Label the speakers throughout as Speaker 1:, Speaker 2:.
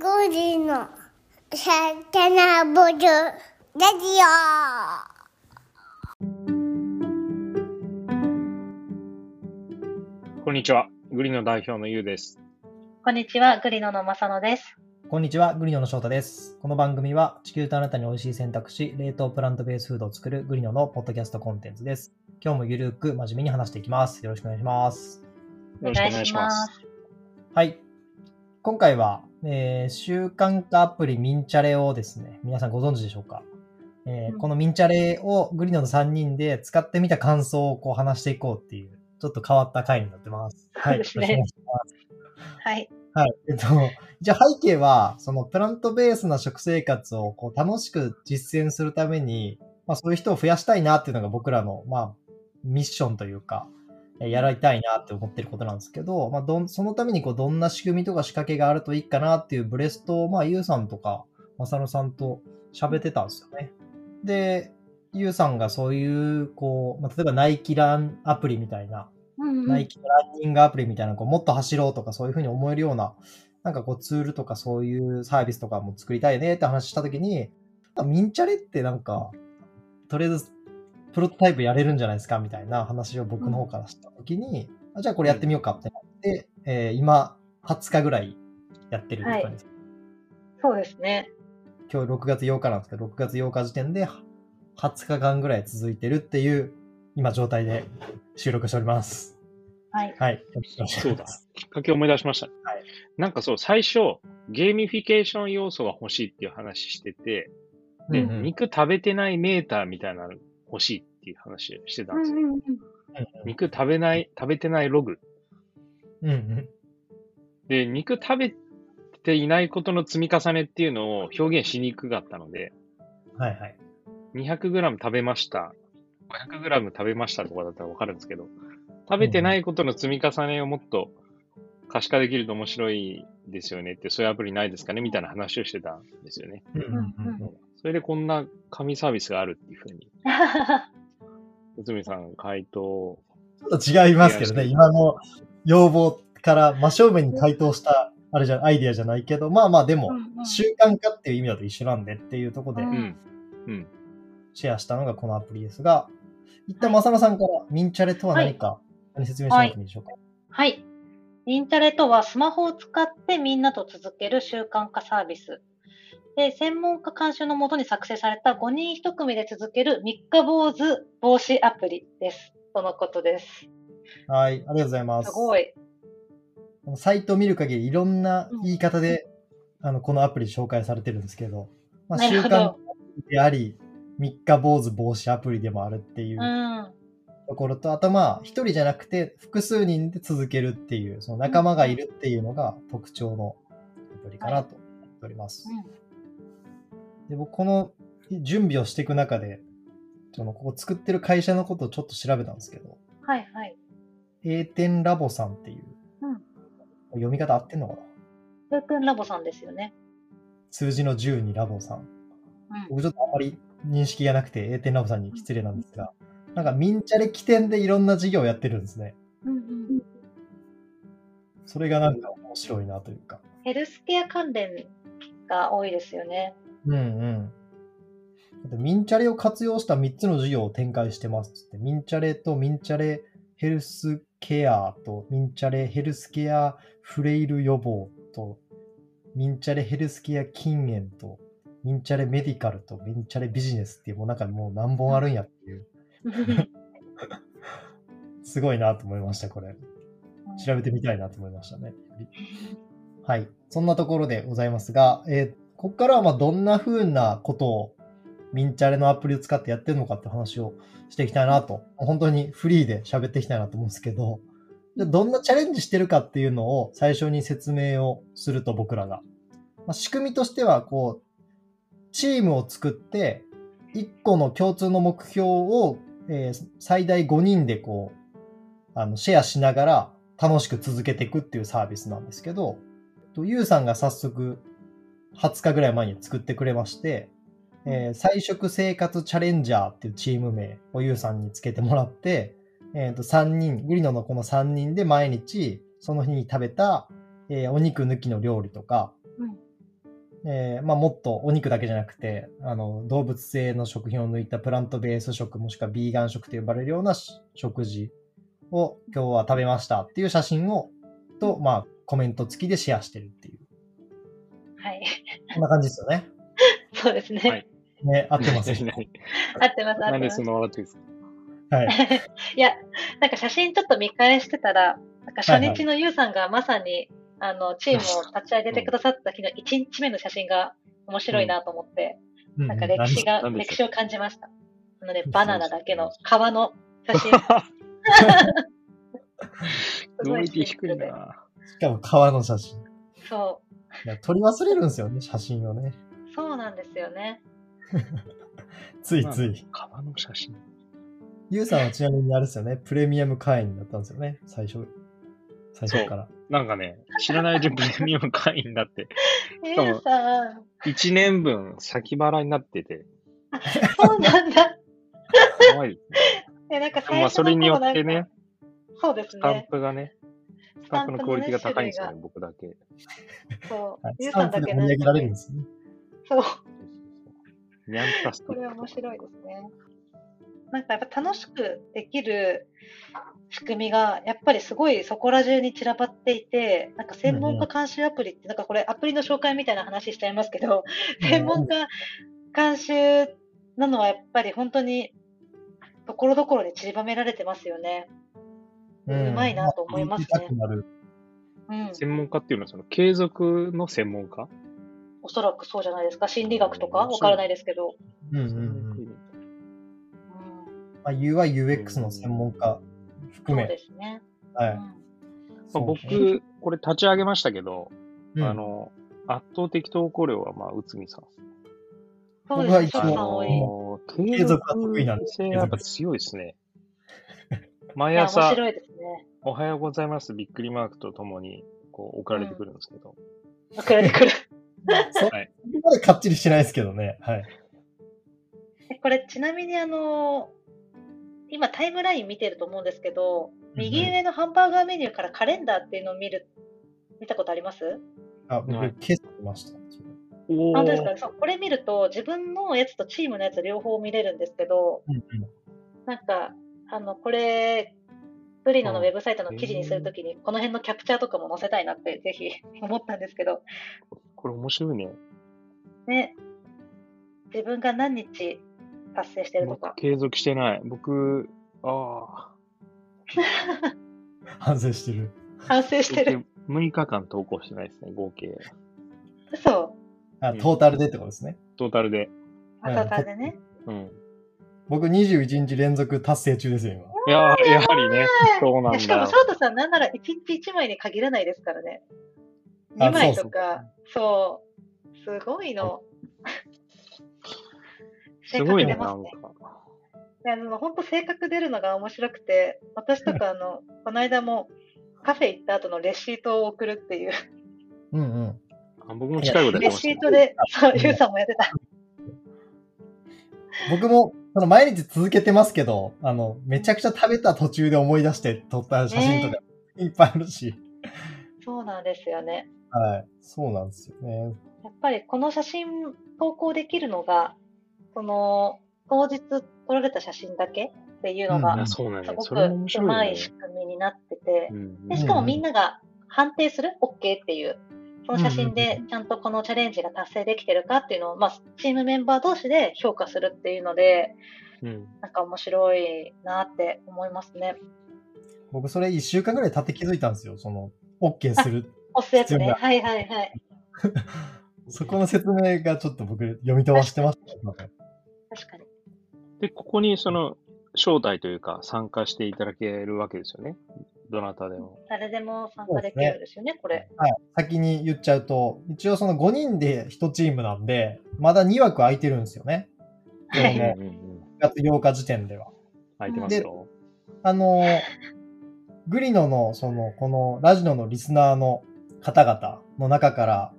Speaker 1: 富士のサテナブルラジ
Speaker 2: こんにちは。グリの代表のゆうです。
Speaker 3: こんにちは、グリノのまさのです。
Speaker 4: こんにちは、グリノの翔太です。この番組は地球とあなたに美味しい選択肢、冷凍プラントベースフードを作るグリノのポッドキャストコンテンツです。今日もゆるく真面目に話していきます。よろしくお願いします。
Speaker 2: よろしくお願いします。
Speaker 4: はい。今回は、えー習慣化アプリミンチャレをですね、皆さんご存知でしょうか、えー
Speaker 3: うん
Speaker 4: このミンチャレをグリノの3人で使ってみた感想をこう話していこうっていう、ちょっと変わった回になってます。はい。
Speaker 3: そう
Speaker 4: よ
Speaker 3: で
Speaker 4: ろ
Speaker 3: す
Speaker 4: しくお
Speaker 3: ね
Speaker 4: 願いします。
Speaker 3: はい。
Speaker 4: はい。えっと、じゃあ背景は、そのプラントベースな食生活をこう楽しく実践するために、まあそういう人を増やしたいなっていうのが僕らの、まあ、ミッションというか、えやりたいなって思ってることなんですけど、まあどん、そのためにこうどんな仕組みとか仕掛けがあるといいかなっていうブレストを、まあゆうさんとか、まさのさんと喋ってたんですよね。で、ゆうさんがそういう、こう、まあ、例えばナイキランアプリみたいな、
Speaker 3: うん
Speaker 4: ナイキのランニングアプリみたいな、こうもっと走ろうとかそういうふうに思えるような、なんかこうツールとかそういうサービスとかも作りたいねって話したときに、ミンチャレってなんか、とりあえずプロトタイプやれるんじゃないですかみたいな話を僕の方からしたときに、あじゃあこれやってみようかってなって、えー今20日ぐらいやってるって感じです。
Speaker 3: そうですね。
Speaker 4: 今日6月8日なんですけど、6月8日時点で20日間ぐらい続いてるっていう、今状態で収録しております。
Speaker 3: はい。
Speaker 4: はい。よろしくお願いします
Speaker 2: そうだ。きっかけを思い出しました。なんかそう、最初、ゲーミフィケーション要素が欲しいっていう話してて、で、
Speaker 4: うんうん
Speaker 2: 肉食べてないメーターみたいなの欲しいっていう話をしてたんですよ。
Speaker 3: うんうん
Speaker 2: 肉食べない、食べてないログ。
Speaker 4: うんうん。
Speaker 2: で、肉食べていないことの積み重ねっていうのを表現しにくかったので、
Speaker 4: はいはい。
Speaker 2: 200g 食べました。500g 食べましたとかだったらわかるんですけど、食べてないことの積み重ねをもっと可視化できると面白いですよねって、そういうアプリないですかねみたいな話をしてたんですよね。
Speaker 4: うん
Speaker 3: うんうん
Speaker 2: それでこんな紙サービスがあるっていうふうに、内海さん回答、
Speaker 4: ちょっと違いますけどね、
Speaker 2: いや
Speaker 4: 今の要望から真正面に回答した、あれじゃ、アイディアじゃないけど、まあまあでも、習慣化っていう意味だと一緒なんでっていうところで
Speaker 3: う
Speaker 2: うんん。
Speaker 4: シェアしたのがこのアプリですが、一旦、正野さんから、ミンチャレとは何か、何説明してもらってもいいでしょうか。
Speaker 3: はい。インチャレとはスマホを使ってみんなと続ける習慣化サービス。で、専門家監修のもとに作成された5人1組で続ける3日坊主防止アプリです。とのことです。
Speaker 4: はい、ありがとうございます。
Speaker 3: すごい。
Speaker 4: あのサイトを見る限り、いろんな言い方で、あのこのアプリ紹介されてるんですけど、まあ、
Speaker 3: なる
Speaker 4: 習
Speaker 3: ほ
Speaker 4: 慣
Speaker 3: ど。
Speaker 4: であり、三日坊主防止アプリでもあるっていうう。
Speaker 3: ん。
Speaker 4: ところと、あとまあ、一人じゃなくて、複数人で続けるっていう、その仲間がいるっていうのが特徴のアプリかなと思っております。で、僕、この準備をしていく中で、その、ここ作ってる会社のことをちょっと調べたんですけど、
Speaker 3: はいはい。
Speaker 4: A 点ラボさんっていう、
Speaker 3: うん
Speaker 4: 読み方合ってんのかな
Speaker 3: ルーくんラボさんですよね。
Speaker 4: 数字の10にラボさん。
Speaker 3: うん。
Speaker 4: 僕ちょっとあんまり認識がなくて、A 点ラボさんに失礼なんですが、なんか、ミンチャレ起点でいろんな事業をやってるんですね。
Speaker 3: うんうん、
Speaker 4: それがなんか面白いなというか。
Speaker 3: ヘルスケア関連が多いですよ ね。
Speaker 4: うんうん。だってミンチャレを活用した3つの事業を展開してますっつって、ミンチャレとミンチャレヘルスケアとミンチャレヘルスケアフレイル予防とミンチャレヘルスケア禁煙とミンチャレメディカルとミンチャレビジネスっていうもうなんかもう何本あるんやっていう、すごいなと思いました、これ。調べてみたいなと思いましたね。はい。そんなところでございますが、えーここからはまあどんな風なことをミンチャレのアプリを使ってやってるのかって話をしていきたいなと、本当にフリーで喋っていきたいなと思うんですけど、じゃあどんなチャレンジしてるかっていうのを最初に説明をすると僕らが。まあ、仕組みとしては、こう、チームを作って、1個の共通の目標を、えー最大5人でこう、あの、シェアしながら楽しく続けていくっていうサービスなんですけど、とゆうさんが早速20日ぐらい前に作ってくれまして、えー菜食生活チャレンジャーっていうチーム名をゆうさんにつけてもらって、えっ、と、3人、グリノのこの3人で毎日、その日に食べた、えーお肉抜きの料理とか、
Speaker 3: うん
Speaker 4: えーまあ、もっとお肉だけじゃなくてあの動物性の食品を抜いたプラントベース食もしくはビーガン食と呼ばれるようなし食事を今日は食べましたっていう写真をと、まあ、コメント付きでシェアしてるっていう
Speaker 3: はい。
Speaker 4: こんな感じですよね。
Speaker 3: そうですね。
Speaker 2: はい
Speaker 4: ね合ってます
Speaker 2: 何
Speaker 4: ね。
Speaker 3: 合ってます、合
Speaker 2: な
Speaker 3: って
Speaker 2: んで
Speaker 3: ます
Speaker 2: そ。の笑ってるんですか
Speaker 4: はい、
Speaker 3: いや、なんか写真ちょっと見返してたら、なんか初日のゆうさんがまさに、あの、チームを立ち上げてくださっ た時の1日目の写真が面白いなと思って、
Speaker 4: うん
Speaker 3: なんか歴史が、
Speaker 2: 何でしょう
Speaker 3: 歴史を感じました。あのね、バナナだけの皮の写 真。す
Speaker 2: クオ
Speaker 3: ごい
Speaker 2: リティ低い
Speaker 3: シンプルで
Speaker 2: な。
Speaker 4: しかも川の写真。
Speaker 3: そ
Speaker 4: いや撮り忘れるんですよね、写真をね。
Speaker 3: う。そうなんですよね。
Speaker 4: ついつい。
Speaker 2: 川の写真。
Speaker 4: ゆうさんはちなみにあれですよね、プレミアム会員だったんですよね、最初。最初から。
Speaker 2: なんかね、知らないうちにプレミアム会員になって、
Speaker 3: ゆ
Speaker 2: かも
Speaker 3: うさん。
Speaker 2: 1年分先払いになってて、
Speaker 3: そうなんだ。
Speaker 2: 怖いです
Speaker 3: え、なんか
Speaker 2: ね。まあ、そ
Speaker 3: の頃
Speaker 2: れによっ
Speaker 3: なんか
Speaker 2: てね、
Speaker 3: そうです
Speaker 2: スタン
Speaker 3: ね。
Speaker 2: プがね、スタンプのクオリティが高いんですよね、
Speaker 3: ス
Speaker 2: 僕だけ。
Speaker 3: そう
Speaker 4: はい。
Speaker 3: ゆう
Speaker 4: ス
Speaker 3: さ
Speaker 4: タ
Speaker 3: ん
Speaker 4: ン
Speaker 3: だ
Speaker 4: プ
Speaker 3: け
Speaker 4: で
Speaker 3: な
Speaker 4: 盛
Speaker 3: んか
Speaker 4: り上げられるんですね。
Speaker 3: そう。
Speaker 2: ニャンタスティ
Speaker 3: こ
Speaker 2: ック
Speaker 3: れ面白いですね。なんかやっぱ楽しくできる仕組みがやっぱりすごいそこら中に散らばっていて、なんか専門家監修アプリって、なんかこれアプリの紹介みたいな話しちゃいますけど、専門家監修なのはやっぱり本当にところどころに散りばめられてますよね。うまいなと思いますね
Speaker 4: 言たくなる
Speaker 3: うん。
Speaker 2: 専門家っていうのは、その継続の専門家
Speaker 3: おそらくそうじゃないですか。心理学とか
Speaker 2: うん
Speaker 3: わからないですけど。
Speaker 4: うんうんうん
Speaker 3: うん。
Speaker 4: まあ、UI、UX の専門家
Speaker 3: そ
Speaker 4: 含
Speaker 3: う
Speaker 4: め
Speaker 3: で。すね。
Speaker 4: は
Speaker 3: う
Speaker 4: い。
Speaker 3: ん
Speaker 2: まあ、
Speaker 4: そう
Speaker 2: 僕、これ立ち上げましたけど、
Speaker 4: うん
Speaker 2: あの、圧倒的投稿量は、まあ、内海さん。
Speaker 3: そう
Speaker 4: 僕は
Speaker 3: ですね。
Speaker 4: 一
Speaker 3: 翔
Speaker 4: 応
Speaker 3: さん多い。
Speaker 2: のー
Speaker 4: 継続が得意なんで
Speaker 2: 継続性がやっぱ強いです ね。毎
Speaker 3: いや面
Speaker 2: 朝、
Speaker 3: 白いですね。
Speaker 2: おはようございます、びっくりマークとともに、こう、送られてくるんですけど。
Speaker 3: 送られてくる。
Speaker 4: そこ
Speaker 2: はい
Speaker 4: までかっちりしてないですけどね。はい。
Speaker 3: えこれちなみにあの今タイムライン見てると思うんですけど右上のハンバーガーメニューからカレンダーっていうのを見る見たことあります
Speaker 4: あ、僕、
Speaker 2: はい
Speaker 4: 消してました。
Speaker 2: お
Speaker 3: 本当ですかねそうこれ見ると自分のやつとチームのやつ両方見れるんですけど
Speaker 4: うんうん
Speaker 3: なんかあのこれブリノのウェブサイトの記事にするときにこの辺のキャプチャーとかも載せたいなってぜひ思ったんですけど
Speaker 2: これ面白いね。
Speaker 3: ね自分が何日達成してるとか
Speaker 2: 僕継続してない。僕、ああ、
Speaker 4: 反省してる。
Speaker 3: 反省してる
Speaker 2: 僕6日間投稿してないですね、合計。
Speaker 3: 嘘
Speaker 4: あ、トータルでってことですね。
Speaker 2: トータルで。
Speaker 3: 朝たでね
Speaker 2: うん。
Speaker 4: 僕、21日連続達成中ですよ、今。
Speaker 2: いやー、やはりね、そうなんだよ。
Speaker 3: いやしかも、翔太さん、なんなら1日1枚に限らないですからね。
Speaker 4: あ
Speaker 3: 2枚と
Speaker 2: そう
Speaker 3: か、そうすごいの。
Speaker 2: すごいね、
Speaker 3: 性格
Speaker 2: な
Speaker 3: 出ます
Speaker 2: ん
Speaker 3: ね
Speaker 2: か。
Speaker 3: いや、でも本当性格出るのが面白くて、私とか、あの、この間もカフェ行った後のレシートを送るっていう、
Speaker 4: うんうん。
Speaker 2: あ僕も近いことや
Speaker 3: レ
Speaker 2: ってま
Speaker 3: シー
Speaker 2: し
Speaker 3: トで、そう、
Speaker 4: うん
Speaker 3: ゆうさんもやってた。
Speaker 4: 僕も、その毎日続けてますけど、あの、めちゃくちゃ食べた途中で思い出して撮った写真とかいっぱいあるし。
Speaker 3: そうなんですよね。
Speaker 4: はい。そうなんですよね。
Speaker 3: やっぱりこの写真投稿できるのが、その、当日撮られた写真だけっていうの
Speaker 2: た。
Speaker 4: うん
Speaker 3: が
Speaker 2: あ、、そうなん
Speaker 3: す
Speaker 2: だよ。
Speaker 3: ご
Speaker 2: そ
Speaker 3: く
Speaker 2: れも面
Speaker 3: う
Speaker 2: 白いよ
Speaker 3: ま
Speaker 2: ね
Speaker 3: い。仕組みになってて
Speaker 2: う、ん
Speaker 3: でしかもみんなが判定する、OK っていう、その写真でちゃんとこのチャレンジが達成できてるかっていうのを、まあ、チームメンバー同士で評価するっていうので、
Speaker 2: うんうん
Speaker 3: なんか面白いなって思いますね。
Speaker 4: 僕、それ1週間ぐらい経って気づいたんですよ。その、OK する。
Speaker 3: 押すやつ
Speaker 4: 必
Speaker 3: ね。
Speaker 4: 要だ
Speaker 3: はいはいはい。
Speaker 4: そこの説明がちょっと僕、読み飛ばしてました。
Speaker 3: 確かに。
Speaker 2: で、ここにその、招待というか、参加していただけるわけですよね。どなたでも。
Speaker 3: 誰でも参加できるんですよね、これ。
Speaker 4: はい、先に言っちゃうと、一応その5人で1チームなんで、まだ2枠空いてるんですよね。
Speaker 3: は
Speaker 4: う
Speaker 3: い。
Speaker 4: ん
Speaker 2: うんうんうん
Speaker 4: 9月8日時点では。
Speaker 2: 空いてますよ。
Speaker 4: あのー、グリノの、その、このラジオのリスナーの方々の中から、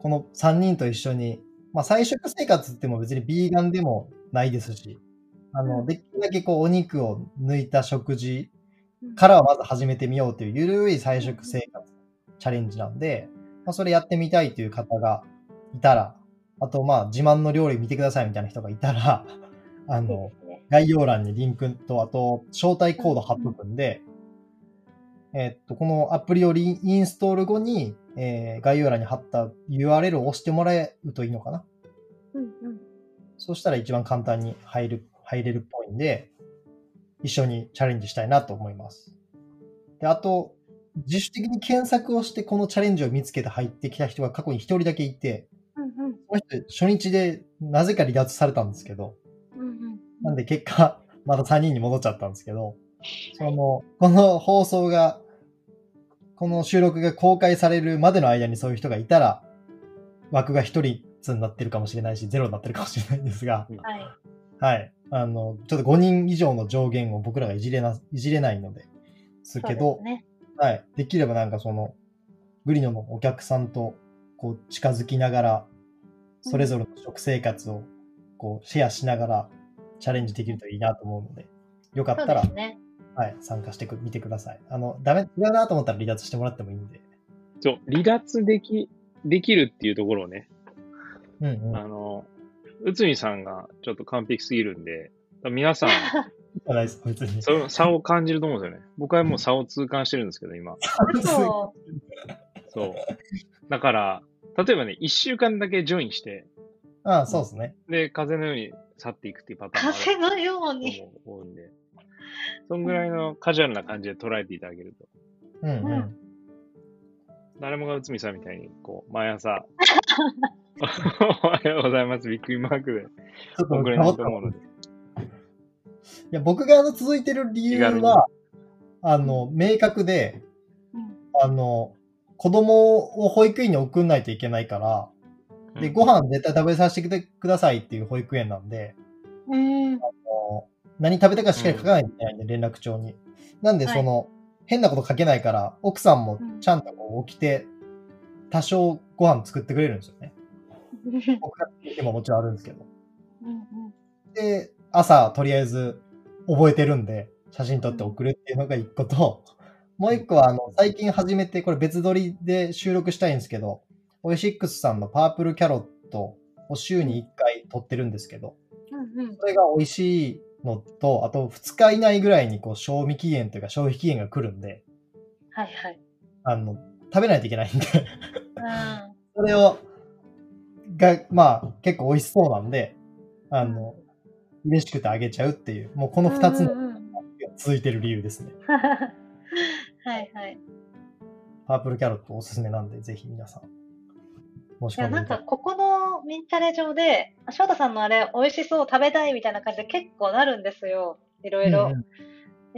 Speaker 4: この3人と一緒に、まあ、菜食生活っても別にビーガンでもないですし、あ
Speaker 3: う
Speaker 4: の、
Speaker 3: ん
Speaker 4: できるだけこう、お肉を抜いた食事からはまず始めてみようという、ゆるい菜食生活チャレンジなんで、まあ、それやってみたいという方がいたら、あと、まあ、自慢の料理見てくださいみたいな人がいたら、
Speaker 3: い
Speaker 4: あ
Speaker 3: い
Speaker 4: の
Speaker 3: で、すね。
Speaker 4: 概要欄にリンクと、あと、招待コード貼っとくんで、えっと、このアプリをリインストール後に、えー概要欄に貼った URL を押してもらえるといいのかな。
Speaker 3: うんうん。
Speaker 4: そうしたら一番簡単に入る、入れるっぽいんで、一緒にチャレンジしたいなと思います。で、あと、自主的に検索をしてこのチャレンジを見つけて入ってきた人が過去に一人だけいて、
Speaker 3: うんうん。
Speaker 4: この人初日でなぜか離脱されたんですけど、
Speaker 3: うん
Speaker 4: なんで結果、また3人に戻っちゃったんですけど、その、この放送が、この収録が公開されるまでの間にそういう人がいたら、枠が1人つになってるかもしれないし、ゼロになってるかもしれないんですが、
Speaker 3: うん。はい。
Speaker 4: はい。あの、ちょっと5人以上の上限を僕らがいじれな、いじれないので、す
Speaker 3: そ
Speaker 4: け
Speaker 3: う
Speaker 4: ど、
Speaker 3: ですね。
Speaker 4: はい。できればなんかその、グリノのお客さんと、こう、近づきながら、それぞれの食生活を、こう、シェアしながら、チャレンジできるといいなと思うので、よかっ
Speaker 3: そうで
Speaker 4: たら、
Speaker 3: すね。
Speaker 4: はい、参加してく、見てください。あの、ダメ、違うなと思ったら離脱してもらってもいいんで。
Speaker 2: そう、離脱でき、できるっていうところをね、
Speaker 4: うんうん。
Speaker 2: あの、内海さんがちょっと完璧すぎるんで、皆さん、
Speaker 4: いいじゃないです、別に。
Speaker 2: その差を感じると思うんですよね。僕はもう差を痛感してるんですけど、今。
Speaker 3: そ
Speaker 2: そう。だから、例えばね、1週間だけジョインして、
Speaker 4: ああ、そうですね。
Speaker 2: で、風のように去っていくっていうパ
Speaker 3: う、
Speaker 2: ターンもあ
Speaker 3: 風のよう
Speaker 2: る
Speaker 3: に。
Speaker 2: と思うんで、そんぐらいのカジュアルな感じで捉えていただけると、
Speaker 4: うんうん。
Speaker 3: う
Speaker 2: 誰もが内海さんみたいに、こう、毎朝、 おはようございます、びっくりマークで、
Speaker 4: ちょっ
Speaker 2: そんぐらい
Speaker 4: 変わ
Speaker 2: の
Speaker 4: った
Speaker 2: と思うので、
Speaker 4: いや、僕があの続いてる理由
Speaker 2: 気軽に
Speaker 4: は、あの、明確で、
Speaker 3: うん
Speaker 4: あの、子供を保育園に送んないといけないから、で、
Speaker 2: うん
Speaker 4: ご飯絶対食べさせてくださいっていう保育園なんで、
Speaker 3: うん。
Speaker 4: あの何食べたかしっかり書かないといけないんで、連絡帳に。なんで、
Speaker 3: はい
Speaker 4: その、変なこと書けないから、奥さんもちゃんとこう起きて、多少ご飯作ってくれるんですよね。僕が作ってももちろんあるんですけど。
Speaker 3: うん
Speaker 4: で、朝、とりあえず覚えてるんで、写真撮って送るっていうのが一個と、もう一個は、あの、最近始めて、これ別撮りで収録したいんですけど、オイシックスさんのパープルキャロットを週に1回撮ってるんですけど、
Speaker 3: うんうん。
Speaker 4: それが美味しいのと、あと2日以内ぐらいにこう賞味期限というか消費期限が来るんで、
Speaker 3: はいはい。
Speaker 4: あの、食べないといけないんで、
Speaker 3: うん
Speaker 4: それを、が、まあ、結構美味しそうなんで、あの、嬉しくてあげちゃうっていう、もうこの2つの
Speaker 3: うん うんうん
Speaker 4: 続いてる理由ですね。
Speaker 3: はいはい。
Speaker 4: パープルキャロットおすすめなんで、ぜひ皆さん。申し
Speaker 3: い
Speaker 4: 込
Speaker 3: や、
Speaker 4: んで
Speaker 3: な
Speaker 4: み
Speaker 3: ん
Speaker 4: て
Speaker 3: か、ここのミンチャレ上で、あ翔太さんのあれ、美味しそう、食べたいみたいな感じで結構なるんですよ。いろいろ。
Speaker 4: うん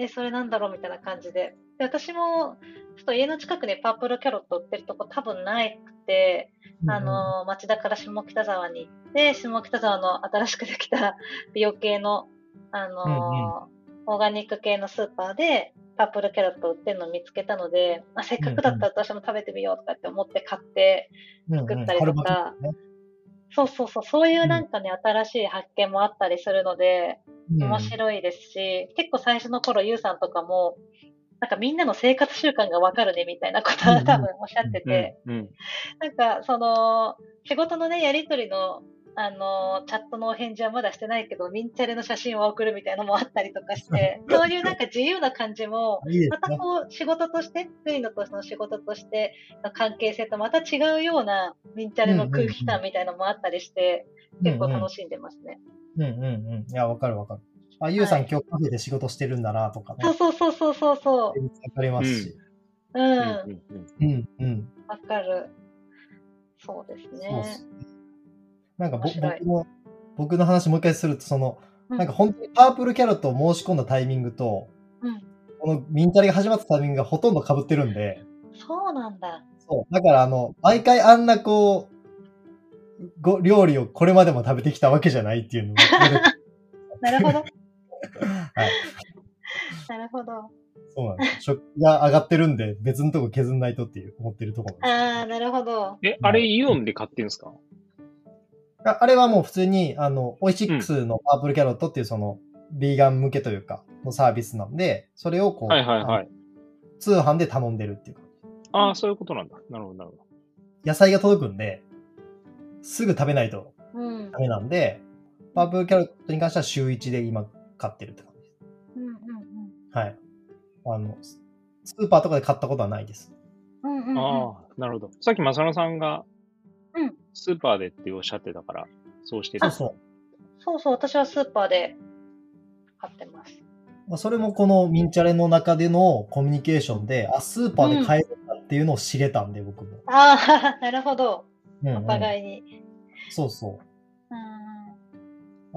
Speaker 3: え、それなんだろうみたいな感じで。で、私も、ちょっと家の近くでパープルキャロット売ってるとこ多分なくて、
Speaker 4: うん
Speaker 3: あの、町田から下北沢に行って、下北沢の新しくできた美容系の、あのオーガニック系のスーパーで、パープルキャロット売ってるのを見つけたので、あ、せっかくだったら私も食べてみようとかって思って買って、
Speaker 4: うんうん
Speaker 3: 作ったりとか、そうそうそう、そういうなんかね、新しい発見もあったりするので、面
Speaker 4: い。
Speaker 3: 白いですし、結構最初の頃、ゆうさんとかも、なんかみんなの生活習慣がわかるねみたいなことは多分おっしゃってて、
Speaker 2: うん、うん。
Speaker 3: なんか、その、仕事のね、やりとりの、あの、チャットのお返事はまだしてないけど、ミンチャレの写真を送るみたいなのもあったりとか して、そういうなんか自由な感じも、
Speaker 4: いいで
Speaker 3: ますた
Speaker 4: ね。
Speaker 3: こう、仕事として、クイのとその仕事としての関係性とまた違うような、ミンチャレの空気感みたいなのもあったりして、結構楽しんでますね。
Speaker 4: うんうんうん。いや、わかるわかる。あ、ゆうさん、
Speaker 3: はい
Speaker 4: 今日カフェで仕事してるんだなとかね。
Speaker 3: そうそうそうそうそうそ
Speaker 4: わかりますし。
Speaker 3: う。うん。
Speaker 2: うん
Speaker 3: わ、
Speaker 2: うんうん
Speaker 4: うんうん。
Speaker 3: かる。そうです
Speaker 4: そうっ
Speaker 3: ね
Speaker 4: す。ね。なんかぼ
Speaker 3: 面白い
Speaker 4: 僕の、僕の話もう一回すると、その、
Speaker 3: うん
Speaker 4: なんか本当にパープルキャロットを申し込んだタイミングと、
Speaker 3: うん
Speaker 4: このミンタリが始まったタイミングがほとんど被ってるんで、
Speaker 3: そうなんだ。
Speaker 4: そう。だから、あの、毎回あんなこう、ご、料理をこれまでも食べてきたわけじゃないっていう のも。
Speaker 3: なるほど。
Speaker 4: はい。
Speaker 3: なるほど。
Speaker 4: そうなんです。食費が上がってるんで、別のとこ削んないとっていう思ってるところです。
Speaker 3: ああ、なるほど。
Speaker 2: え、あれイオンで買ってんすか
Speaker 4: ああれはもう普通に、あの、オイシックスのパープルキャロットっていうその、ビーガン向けというか、のサービスなんで、それをこう、
Speaker 2: はいはいはい。
Speaker 4: あの通販で頼んでるっていうか、
Speaker 2: ああ、そういうことなんだ。なるほど、なるほど。
Speaker 4: 野菜が届くんで、すぐ食べないと
Speaker 3: うん
Speaker 4: ダメなんで、パープルキャロットに関しては週1で今買ってるって感じです。
Speaker 3: うんうん
Speaker 4: はい。あの、ススーパーとかで買ったことはないです。
Speaker 3: うんうんうんうん
Speaker 2: ああ、なるほど。さっき、正野さんが
Speaker 3: うん、
Speaker 2: スーパーでっておっしゃってたから、そうして
Speaker 4: そ
Speaker 2: た。
Speaker 4: うそ
Speaker 3: そうそう、私はスーパーで買ってます。
Speaker 4: う。まあ、それもこのミンチャレの中でのコミュニケーションで、あ、スーパーで買えるんだっていうのを知れたんで、僕も。
Speaker 3: あ あ、なるほど。
Speaker 4: うんうん
Speaker 3: お互いに。
Speaker 4: そうそう。
Speaker 3: うん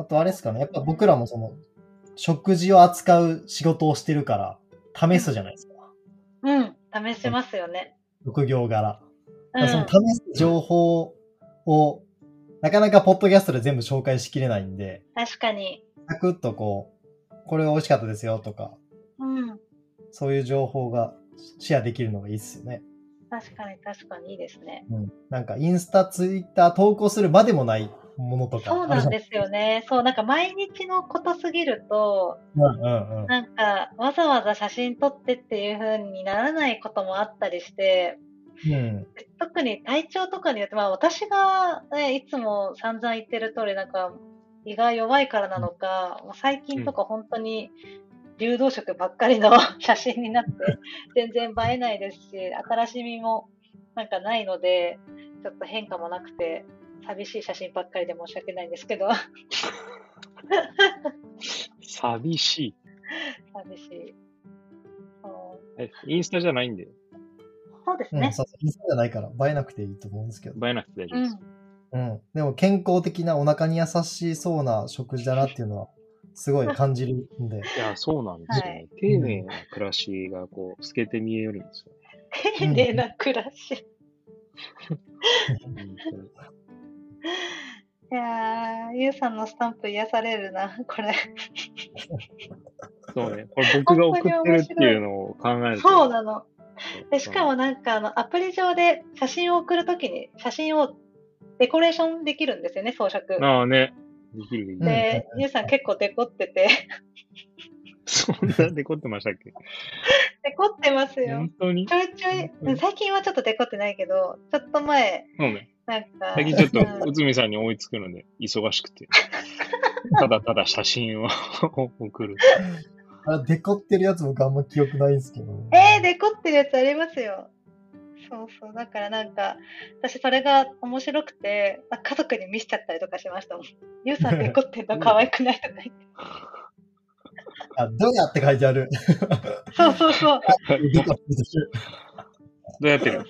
Speaker 4: あとあれですかね、やっぱ僕らもその、食事を扱う仕事をしてるから、試すじゃないですか。
Speaker 3: うん、試しますよね。
Speaker 4: 職業柄。
Speaker 3: うん、
Speaker 4: その試す情報を、なかなかポッドキャストで全部紹介しきれないんで、
Speaker 3: 確かに。
Speaker 4: サクッとこう、これ美味しかったですよとか、
Speaker 3: うん、
Speaker 4: そういう情報がシェアできるのがいいっすよね。
Speaker 3: 確かに確かにいいですね。
Speaker 4: うん。なんかインスタ、ツイッター投稿するまでもないものとか。
Speaker 3: そうなんです
Speaker 4: あ
Speaker 3: よ
Speaker 4: る
Speaker 3: ね。そう、なんか毎日のことすぎると、
Speaker 4: じゃないですか。うんうんうん。
Speaker 3: なんかわざわざ写真撮ってっていう風にならないこともあったりして、
Speaker 4: うん。
Speaker 3: 特に体調とかによって、まあ私が、ね、いつも散々言ってる通り、なんか胃が弱いからなのか、もう最近とか本当に流動食ばっかりの 写真になって、全然映えないですし、新しみもなんかないので、ちょっと変化もなくて、寂しい写真ばっかりで申し訳ないんですけど、
Speaker 2: 寂しい。
Speaker 3: 寂しい。そう
Speaker 2: え、インスタじゃないんで、
Speaker 3: そうです
Speaker 4: うん、
Speaker 3: ね。
Speaker 4: そうそうインスタじゃないから映えなくていいと思うんですけど。
Speaker 2: 映えなくて大丈
Speaker 3: う
Speaker 2: 夫
Speaker 3: ん。
Speaker 2: です。
Speaker 4: うん。でも健康的なお腹に優しそうな食事だなっていうのは、すごい感じる んで。
Speaker 2: いや、そうなんですよね。
Speaker 3: はい
Speaker 2: 丁寧な暮らしが、こう、透けて見えるんですよ
Speaker 3: 丁寧な暮らし。
Speaker 2: ね。本当に
Speaker 3: いやー、ゆうさんのスタンプ癒されるな、これ。
Speaker 2: そうね。これ僕が送ってるっていうのを考えると。
Speaker 3: そうなの。でしかもなんかあのアプリ上で写真を送るときに写真をデコレーションできるんですよね、装
Speaker 2: うん。
Speaker 3: 飾。
Speaker 2: ああね。できるできる。
Speaker 3: で、
Speaker 4: うん
Speaker 3: ゆうさん結構デコってて、
Speaker 2: そんなデコってましたっけ
Speaker 3: デコってますよ
Speaker 2: 本。当に
Speaker 3: ちょいちょい、うん最近はちょっとデコってないけど、ちょっと前、
Speaker 2: そうね。
Speaker 3: なんか、
Speaker 2: 最近ちょっ
Speaker 3: うん
Speaker 2: と、内海さんに追いつくので、忙しくて。ただただ写真を 送る。
Speaker 4: あれ、デコってるやつ僕あんま記憶ないんですけど。
Speaker 3: えー、デコってるやつありますよ。そうそう、だからなんか、私それが面白くて、あ家族に見せちゃったりとかしましたもん。ゆうさんデコってんの可愛くないとか 言って。
Speaker 4: あ、どうやって書いてある。
Speaker 3: そうそうそう。
Speaker 4: デコってる
Speaker 2: どうやってる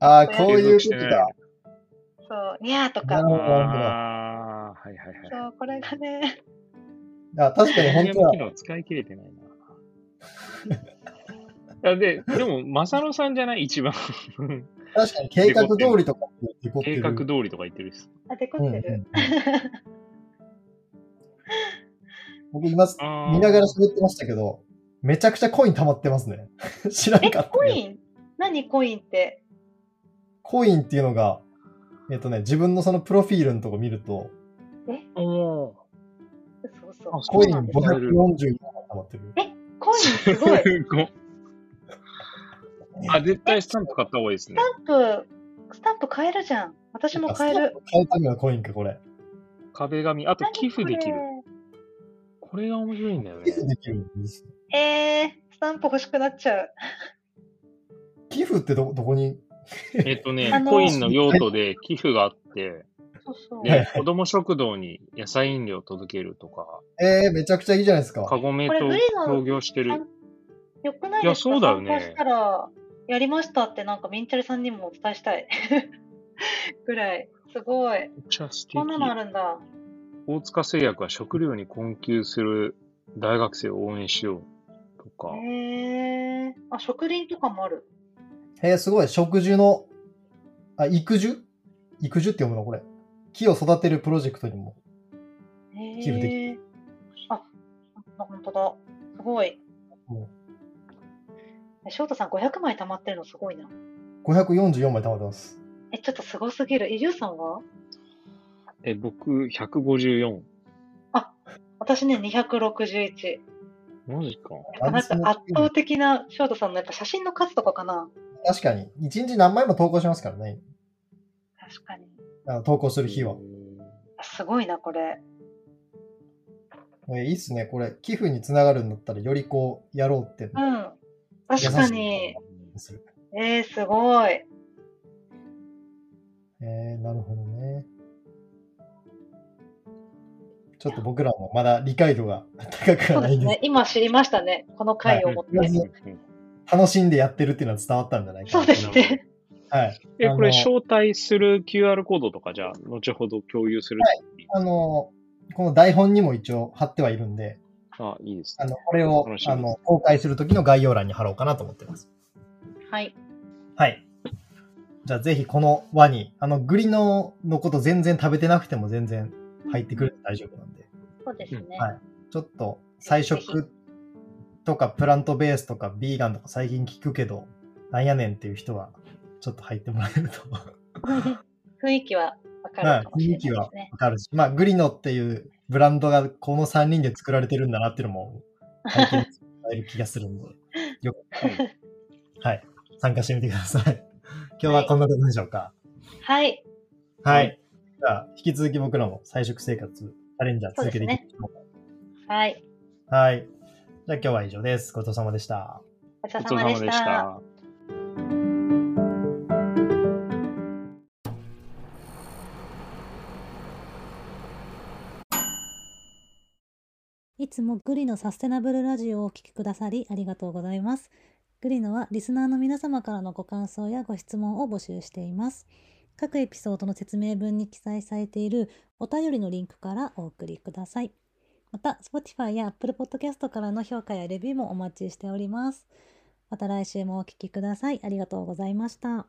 Speaker 4: あー、こういうことだ。
Speaker 3: そう、にゃーと
Speaker 2: あ
Speaker 3: か
Speaker 4: なる。ほ
Speaker 2: あ
Speaker 4: ど
Speaker 2: ー、はいはいはい。
Speaker 3: そう、これがね、
Speaker 4: あ確かに本当
Speaker 2: 機能使い切れてない な。あで、でも、正野さんじゃない一 番。
Speaker 4: だ。確かに計画通りとかってデコって
Speaker 2: 計
Speaker 4: る。
Speaker 2: 画通りとか言ってるし。
Speaker 3: あ、デコって
Speaker 4: うんうん
Speaker 3: る。
Speaker 4: 僕今、
Speaker 2: あー
Speaker 4: 見ながら喋ってましたけど、めちゃくちゃコイン溜まってますね。 知ら ん
Speaker 3: え、
Speaker 4: かった。
Speaker 3: コイン何コインって。
Speaker 4: コインっていうのが、えっとね、自分のそのプロフィールのとこ見ると、
Speaker 2: お
Speaker 3: そうそう
Speaker 2: あ。
Speaker 4: コイン
Speaker 3: そうなんですよ
Speaker 4: 544万溜まってる。
Speaker 3: コインすごい。
Speaker 2: あ、絶対スタンプ買った方がいいですね。
Speaker 3: スタンプ、スタンプ買えるじゃん。私も買える。。
Speaker 4: 買うためのコインか、これ。
Speaker 2: 壁紙。あと寄付できる。
Speaker 3: 何
Speaker 2: これが面白いんだよね
Speaker 4: 寄。付できるのいいっすね
Speaker 3: これえー、スタンプ欲しくなっちゃう。
Speaker 4: 寄付ってど、どこに
Speaker 2: えっとね
Speaker 3: あ、の
Speaker 2: コインの用途で寄付があって、
Speaker 3: そうそう。
Speaker 4: はい
Speaker 2: で、子供食堂に野菜飲料届けるとか、
Speaker 4: えー、めちゃくちゃいいじゃないですか。
Speaker 2: カゴメと
Speaker 3: これグリーンの
Speaker 2: 協業して
Speaker 3: あの
Speaker 2: る。
Speaker 3: よくないですか
Speaker 2: いやそうだよね
Speaker 3: 参加したら、やりましたってなんかミンチャレさんにもお伝えしたい。 ぐらい。すごい。
Speaker 2: めっちゃ素敵
Speaker 3: こんなのあるんだ。
Speaker 2: 大塚製薬は食料に困窮する大学生を応援しようとか、
Speaker 3: えー。あ、植林とかもある。
Speaker 4: えー、すごい。植樹の、あ、育樹育樹って読むのこれ。木を育てるプロジェクトにも。寄付でき
Speaker 3: えーあ、本当だ。すごい
Speaker 4: も。
Speaker 3: 翔太さん500枚貯まってるのすごいな。
Speaker 4: 544枚貯まってます。
Speaker 3: え、ちょっとすごすぎる。え、ゆうさんは
Speaker 2: え僕154。
Speaker 3: 私ね、261。
Speaker 2: マジか。
Speaker 3: なんか圧倒的な翔太さんのやっぱ写真の数とかかな。
Speaker 4: 確かに。1日何枚も投稿しますからね。
Speaker 3: 確かに。
Speaker 4: あの投稿する日は。
Speaker 3: すごいな、これ。
Speaker 4: えいいっすね、これ、寄付につながるんだったら、よりこう、やろうって
Speaker 3: う、ん。確かに。
Speaker 4: する。
Speaker 3: えー、すごい。
Speaker 4: えー、なるほどね。ちょっと僕らもまだ理解度が 高く
Speaker 3: そ
Speaker 4: は
Speaker 3: う
Speaker 4: な
Speaker 3: で
Speaker 4: い
Speaker 3: す
Speaker 4: んで、
Speaker 3: ね。今知りましたね。この回をもって。
Speaker 4: はいうん楽しんでやってるっていうのは伝わったんじゃないか
Speaker 3: そ
Speaker 4: な
Speaker 3: うですね。
Speaker 4: はい。
Speaker 2: え、
Speaker 4: あの
Speaker 2: これ、招待する QR コードとか、じゃあ、後ほど共有する。
Speaker 4: あの、この台本にも一応貼ってはいるんで、
Speaker 2: あ、いいです
Speaker 4: あ
Speaker 2: ね。
Speaker 4: の、これを
Speaker 2: 楽しみです、
Speaker 4: あの、公開するときの概要欄に貼ろうかなと思ってます。
Speaker 3: はい。
Speaker 4: はい。じゃあ、ぜひこの輪に、あの、栗ののこと全然食べてなくても全然入ってくるんで大丈夫なんで、
Speaker 3: そうですね。
Speaker 4: はいちょっと、菜食とかプラントベースとかビーガンとか最近聞くけど、なんやねんっていう人は、ちょっと入ってもらえると。
Speaker 3: 雰囲気はわか
Speaker 4: は
Speaker 3: る
Speaker 4: い
Speaker 3: かもし
Speaker 4: 雰
Speaker 3: れ
Speaker 4: 囲気
Speaker 3: ないで
Speaker 4: は
Speaker 3: すね。
Speaker 4: わかるし、まあ、グリノっていうブランドがこの3人で作られてるんだなっていうのも体験してもらえる気がするんで、よかったらはい、参加してみてくださ い。今日はこんなところでしょうか。
Speaker 3: はい。
Speaker 4: は。
Speaker 2: はいい
Speaker 4: じゃあ、引き続き僕らも菜食生活、チャレンジャー続けていきましょう。
Speaker 3: はい。
Speaker 4: はい。じゃあ今日は以上です。ごちそうさまでした。
Speaker 3: ごちそう
Speaker 2: ごち
Speaker 3: さ
Speaker 2: そう
Speaker 3: ま
Speaker 2: さ
Speaker 3: で
Speaker 2: ま
Speaker 3: し。
Speaker 2: でしたた。
Speaker 5: いつもグリのサステナブルラジオをお聞きくださりありがとうございます。グリノはリスナーの皆様からのご感想やご質問を募集しています。各エピソードの説明文に記載されているお便りのリンクからお送りください。また、Spotify や Apple Podcast からの評価やレビューもお待ちしております。また来週もお聞きください。ありがとうございました。